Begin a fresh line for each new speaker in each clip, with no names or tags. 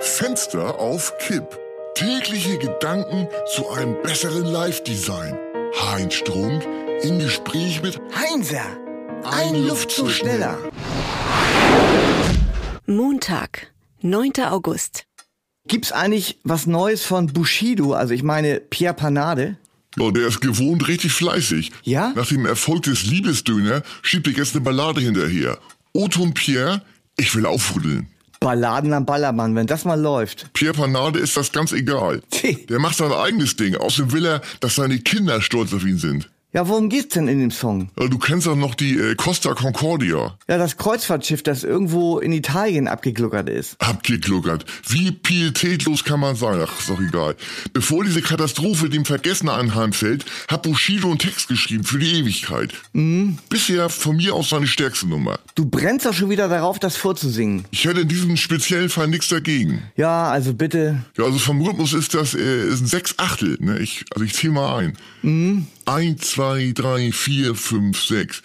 Fenster auf Kipp. Tägliche Gedanken zu einem besseren Live-Design. Heinz Strunk im Gespräch mit
Heinzer, ein Luftzug schneller.
Montag, 9. August.
Gibt's eigentlich was Neues von Bushido? Also ich meine Pierre Panade.
Ja, Oh, der ist gewohnt richtig fleißig.
Ja?
Nach dem Erfolg des Liebesdöner schiebt er jetzt eine Ballade hinterher. Oton Pierre, ich will aufrudeln.
Balladen am Ballermann, wenn das mal läuft.
Pierre Panade ist das ganz egal.
Tch.
Der macht sein eigenes Ding. Außerdem will er, dass seine Kinder stolz auf ihn sind.
Ja, worum geht's denn in dem Song?
Äh, Du kennst doch noch die äh, Costa Concordia.
Ja, das Kreuzfahrtschiff, das irgendwo in Italien abgegluckert ist.
Abgegluckert. Wie pietätlos kann man sein? Ach, ist doch egal. Bevor diese Katastrophe dem Vergessen anheimfällt, hat Bushido einen Text geschrieben für die Ewigkeit. Bisher von mir aus seine stärkste Nummer.
Du brennst doch schon wieder darauf, das vorzusingen.
Ich hätte in diesem speziellen Fall nichts dagegen.
Ja, also bitte.
Ja, also vom Rhythmus ist das äh, ist ein Sechsachtel. Ne? Ich, also ich zieh mal ein. Eins, zwei, drei, vier, fünf, sechs.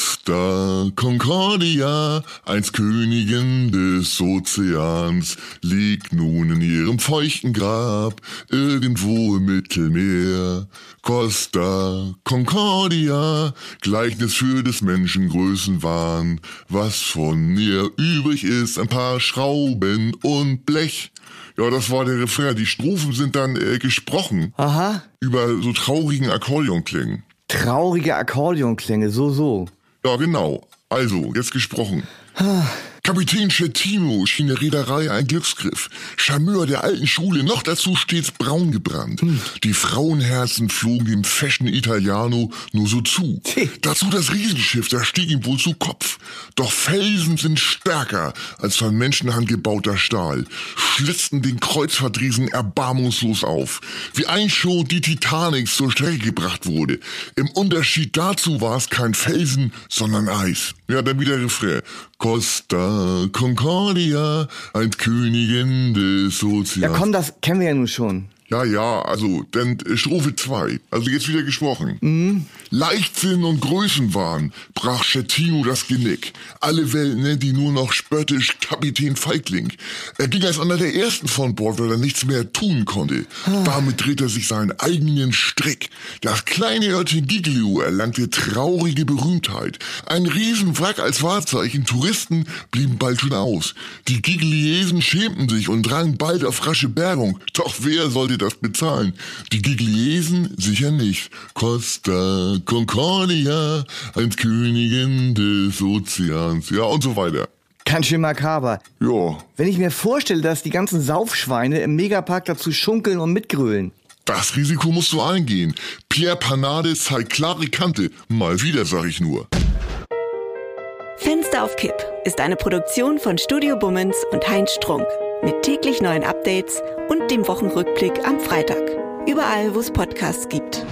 Costa Concordia, einst Königin des Ozeans, liegt nun in ihrem feuchten Grab, irgendwo im Mittelmeer. Costa Concordia, Gleichnis für des Menschen Größenwahn, was von ihr übrig ist, ein paar Schrauben und Blech. Ja, das war der Refrain. Die Strophen sind dann äh, gesprochen
Aha.
über so traurigen Akkordeonklängen.
Traurige Akkordeonklänge, so, so.
Ja, genau. Also, jetzt gesprochen. Kapitän Schettino schien der Reederei ein Glücksgriff. Charmeur der alten Schule, noch dazu stets braun gebrannt. Die Frauenherzen flogen dem Fashion Italiano nur so zu.
Tch.
dazu das Riesenschiff, das stieg ihm wohl zu Kopf. Doch Felsen sind stärker als von Menschenhand gebauter Stahl, schlitzten den Kreuzfahrtriesen erbarmungslos auf. Wie ein Show die Titanic zur Strecke gebracht wurde. Im Unterschied dazu war es kein Felsen, sondern Eis. Ja, dann wieder Refrain. Costa Concordia, ein Königin des Ozeans.
Ja, komm, das kennen wir ja nun schon.
Ja, ja, also, denn äh, Strophe 2, also jetzt wieder gesprochen. Leichtsinn und Größenwahn brach Schettino das Genick. Alle Welt nennt ihn nur noch spöttisch Kapitän Feigling. Er ging als einer der ersten von Bord, weil er nichts mehr tun konnte. Damit dreht er sich seinen eigenen Strick. Das kleine Örtchen Giglio erlangte traurige Berühmtheit. Ein Riesenwrack als Wahrzeichen, Touristen blieben bald schon aus. Die Gigliesen schämten sich und drangen bald auf rasche Bergung. Doch wer sollte das bezahlen? Die Gigliesen sicher nicht. Costa Concordia, als Königin des Ozeans. Ja, und so weiter.
Ganz schön makaber.
Ja,
Wenn ich mir vorstelle, dass die ganzen Saufschweine im Megapark dazu schunkeln und mitgrölen.
das Risiko musst du eingehen. Pierre Panade zeigt klare Kante. Mal wieder, sag ich nur.
Fenster auf Kipp ist eine Produktion von Studio Bummens und Heinz Strunk. Mit täglich neuen Updates und dem Wochenrückblick am Freitag. Überall, wo es Podcasts gibt.